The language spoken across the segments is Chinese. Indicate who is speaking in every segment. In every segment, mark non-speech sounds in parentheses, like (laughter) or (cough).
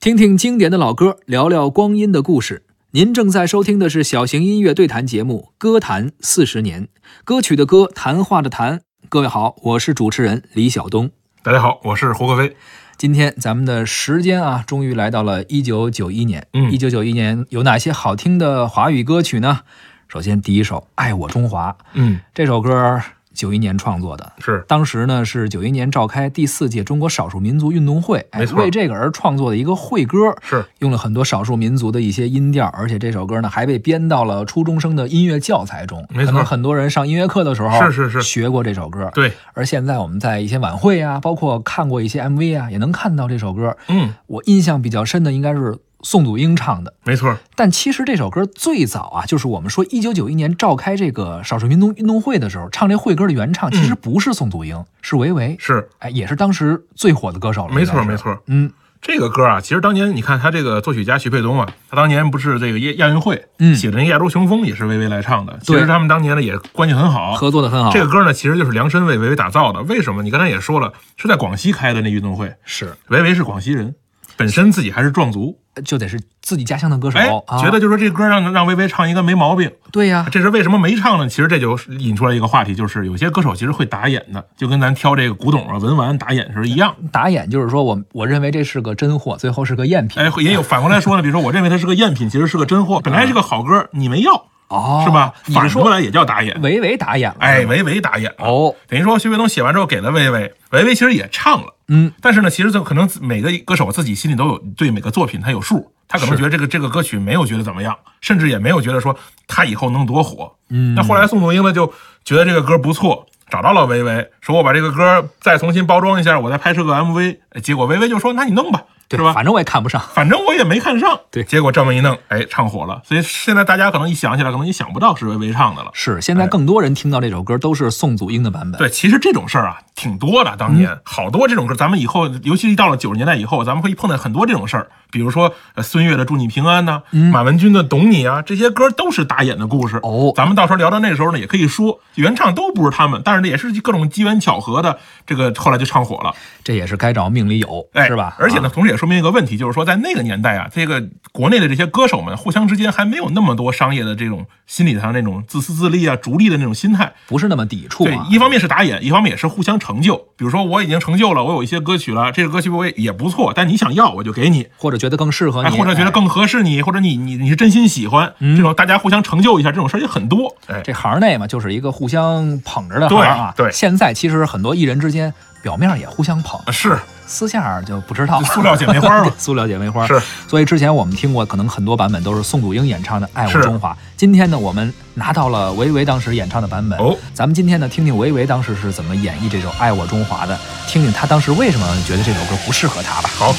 Speaker 1: 听听经典的老歌，聊聊光阴的故事。您正在收听的是小型音乐对谈节目《歌坛四十年》，歌曲的歌，谈话的谈。各位好，我是主持人李晓东。
Speaker 2: 大家好，我是胡可飞。
Speaker 1: 今天咱们的时间啊，终于来到了一九九一年。
Speaker 2: 嗯
Speaker 1: 一九九一年有哪些好听的华语歌曲呢？首先第一首《爱我中华》
Speaker 2: 嗯，
Speaker 1: 这首歌，九一年创作的，
Speaker 2: 是
Speaker 1: 当时呢是九一年召开第四届中国少数民族运动会，哎
Speaker 2: 没错
Speaker 1: 为这个而创作的一个会歌，
Speaker 2: 是，
Speaker 1: 用了很多少数民族的一些音调，而且这首歌呢还被编到了初中生的音乐教材中。
Speaker 2: 没
Speaker 1: 可
Speaker 2: 错
Speaker 1: 能很多人上音乐课的时候
Speaker 2: 是是是
Speaker 1: 学过这首歌。
Speaker 2: 对，
Speaker 1: 而现在我们在一些晚会啊，包括看过一些 MV 啊，也能看到这首歌。
Speaker 2: 嗯，
Speaker 1: 我印象比较深的应该是宋祖英唱的。
Speaker 2: 没错，
Speaker 1: 但其实这首歌最早啊，就是我们说一九九一年召开这个少数民族运动会的时候，唱这会歌的原唱其实不是宋祖英，是维维，
Speaker 2: 嗯是
Speaker 1: 哎，也是当时最火的歌手了。
Speaker 2: 没错
Speaker 1: 应该
Speaker 2: 没
Speaker 1: 哎是。
Speaker 2: 错。
Speaker 1: 嗯
Speaker 2: 这个歌啊，其实当年你看他这个作曲家徐沛东啊，他当年不是这个亚亚运会
Speaker 1: 嗯
Speaker 2: 写的那《亚洲雄风》也是薇薇来唱的。其
Speaker 1: 对啊
Speaker 2: 实他们当年呢也关系很好。
Speaker 1: 合作的很好。
Speaker 2: 这个歌呢，其实就是量身为薇薇打造的。为什么？你刚才也说了，是在广西开的那运动会，
Speaker 1: 是
Speaker 2: 薇薇是广西人，本身自己还是壮族，
Speaker 1: 呃就得是自己家乡的歌手，
Speaker 2: 哎，
Speaker 1: 啊、
Speaker 2: 觉得就说这歌让让薇薇唱一个没毛病，
Speaker 1: 对呀、
Speaker 2: 啊这是为什么没唱呢？其实这就引出来一个话题，就是有些歌手其实会打眼的，就跟咱挑这个古董啊、文玩打眼是一样。
Speaker 1: 打眼就是说我我认为这是个真货，最后是个赝品。
Speaker 2: 哎，也有反过来说呢，比如说我认为它是个赝品，其实是个真货，本来是个好歌，你没要，
Speaker 1: 哦，
Speaker 2: 是吧？
Speaker 1: 你
Speaker 2: 反
Speaker 1: 是说
Speaker 2: 过来也叫打眼，
Speaker 1: 维维打眼了？
Speaker 2: 哎，维维打眼了。
Speaker 1: 哦，
Speaker 2: 等于说徐卫东写完之后给了维维，维维其实也唱了，
Speaker 1: 嗯，
Speaker 2: 但是呢，其实就可能每个歌手自己心里都有对每个作品他有数，他可能觉得这个这个歌曲没有觉得怎么样，甚至也没有觉得说他以后能多火。
Speaker 1: 嗯
Speaker 2: 那后来宋祖英呢就觉得这个歌不错，找到了薇薇，说我把这个歌再重新包装一下，我再拍摄个 MV。哎结果薇薇就说那你弄吧，是
Speaker 1: 对
Speaker 2: 吧？
Speaker 1: 反正我也看不上。
Speaker 2: 反正我也没看上，
Speaker 1: 对
Speaker 2: 结果这么一弄，哎，唱火了。所以现在大家可能一想起来，可能也想不到是薇薇唱的了。
Speaker 1: 是，现在更多人听到这首歌都是宋祖英的版本。，
Speaker 2: 哎对，其实这种事儿啊，挺多的。当
Speaker 1: 嗯
Speaker 2: 年、好多这种歌，咱们以后，尤其是到了九十年代以后，咱们会碰到很多这种事儿。比如说、呃孙悦的《祝你平安》呐、马文君的《懂你》啊，这些歌都是打眼的故事。
Speaker 1: 嗯哦
Speaker 2: 咱们到时候聊到那时候呢，也可以说原唱都不是他们，但是呢也是各种机缘巧合的，这个后来就唱火了，
Speaker 1: 这也是该找命里有，
Speaker 2: 哎，
Speaker 1: 是吧？
Speaker 2: 而且
Speaker 1: 啊
Speaker 2: 呢，同时也说明一个问题，就是说在那个年代啊，这个国内的这些歌手们互相之间还没有那么多商业的这种心理上那种自私自利啊、逐利的那种心态。
Speaker 1: 不是那么抵触、啊。
Speaker 2: 对，一方面是打眼，一方面也是互相成就。比如说，我已经成就了，我有一些歌曲了，这个歌曲我也也不错，但你想要我就给你，
Speaker 1: 或者觉得更适合
Speaker 2: 哎，
Speaker 1: 你，
Speaker 2: 或者觉得
Speaker 1: 哎、嗯
Speaker 2: 更合适你，或者你你你是真心喜欢，这种大家互相成就一下，这种事儿也很多。哎，
Speaker 1: 这行内嘛，就是一个互相捧着的行啊。
Speaker 2: 对对
Speaker 1: 现在其实很多艺人之间表面上也互相捧，
Speaker 2: 啊是
Speaker 1: 私下儿就不知道。，
Speaker 2: 塑料姐妹花嘛
Speaker 1: (laughs) 塑料姐妹花
Speaker 2: 是。
Speaker 1: 所以之前我们听过，可能很多版本都是宋祖英演唱的《爱我
Speaker 2: 是
Speaker 1: 中华》。今天呢，我们拿到了维维当时演唱的版本。
Speaker 2: 哦，
Speaker 1: 咱们今天呢，听听维维当时是怎么演绎这首《爱我中华》的，听听他当时为什么觉得这首歌不适合他吧。
Speaker 2: 好，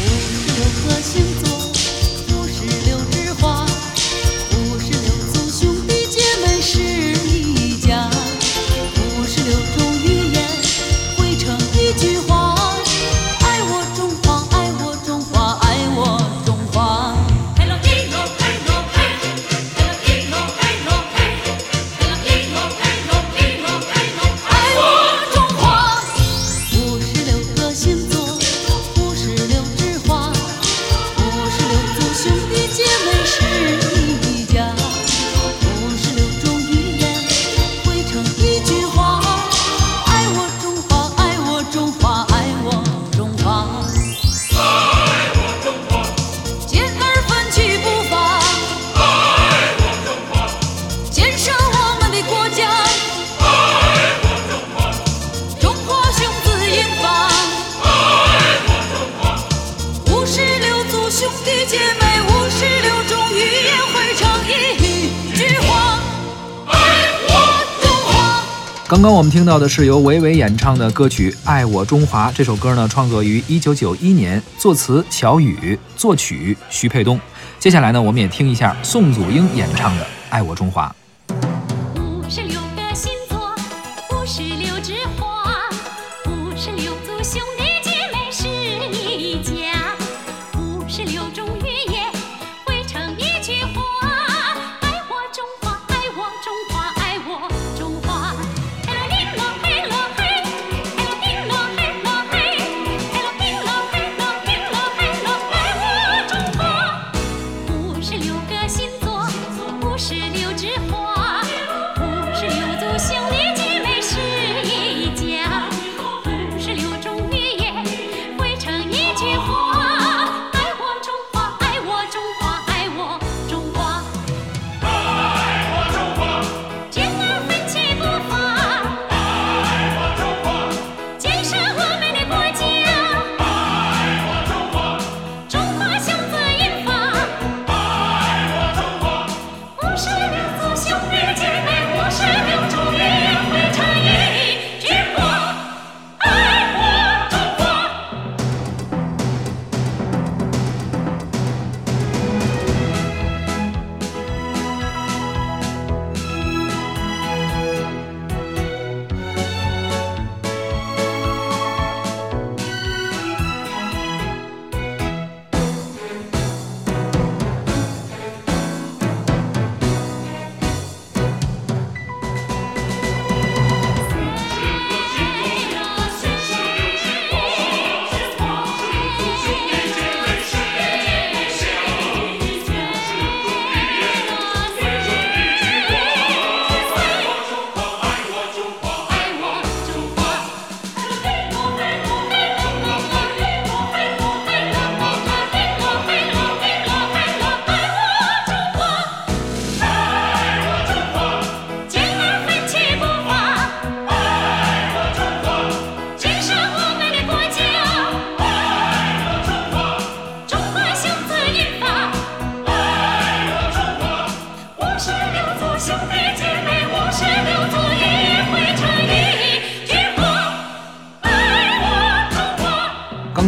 Speaker 3: 五十六个星座，五十六枝花，五十六族兄弟姐妹是一家，五十六种语言汇成一句话：爱我中华，爱我中华，爱我中华。
Speaker 4: Pelotino, pello, pello, pelotino, pello, pello, pelotino, pello, pello, pello.
Speaker 3: 爱我中华，五十六个星座，五十六枝花，五十六族兄弟姐妹是一家，五十六种语言汇成一句话：爱我中华，爱我中华，爱我中华。爱我中华，简而分去不乏。爱我中华，建设我们的国家。中华雄姿英发，爱我中华！五十六族兄弟姐妹，五十六种语言汇成一句话，爱我中华！
Speaker 1: 刚刚我们听到的是由维维演唱的歌曲《爱我中华》。这首歌呢，创作于一九九一年，作词乔羽，作曲徐沛东。接下来呢，我们也听一下宋祖英演唱的《爱我中华》。
Speaker 4: 五十六个星座，五十六枝花，五十六族兄弟姐妹是一家，五十六种语言汇成一句话：爱我中华，爱我中华，爱我中华。哎喽嘿喽嘿喽嘿，哎喽嘿喽嘿喽嘿，哎喽嘿喽嘿喽嘿喽嘿喽，爱我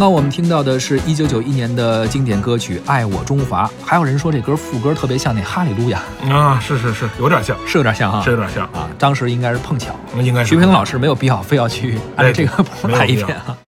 Speaker 1: 刚我们听到的是一九九一年的经典歌曲《爱我中华》，还有人说这歌副歌特别像那《哈利路亚
Speaker 2: 啊，是是是，有点像，》，
Speaker 1: 是有点像哈，
Speaker 2: 是有点像，
Speaker 1: 啊，当时应该是碰巧。
Speaker 2: 应该是
Speaker 1: 徐培东老师没有必要非要去按照这个谱
Speaker 2: 没有
Speaker 1: 来一
Speaker 2: 必要
Speaker 1: 遍啊。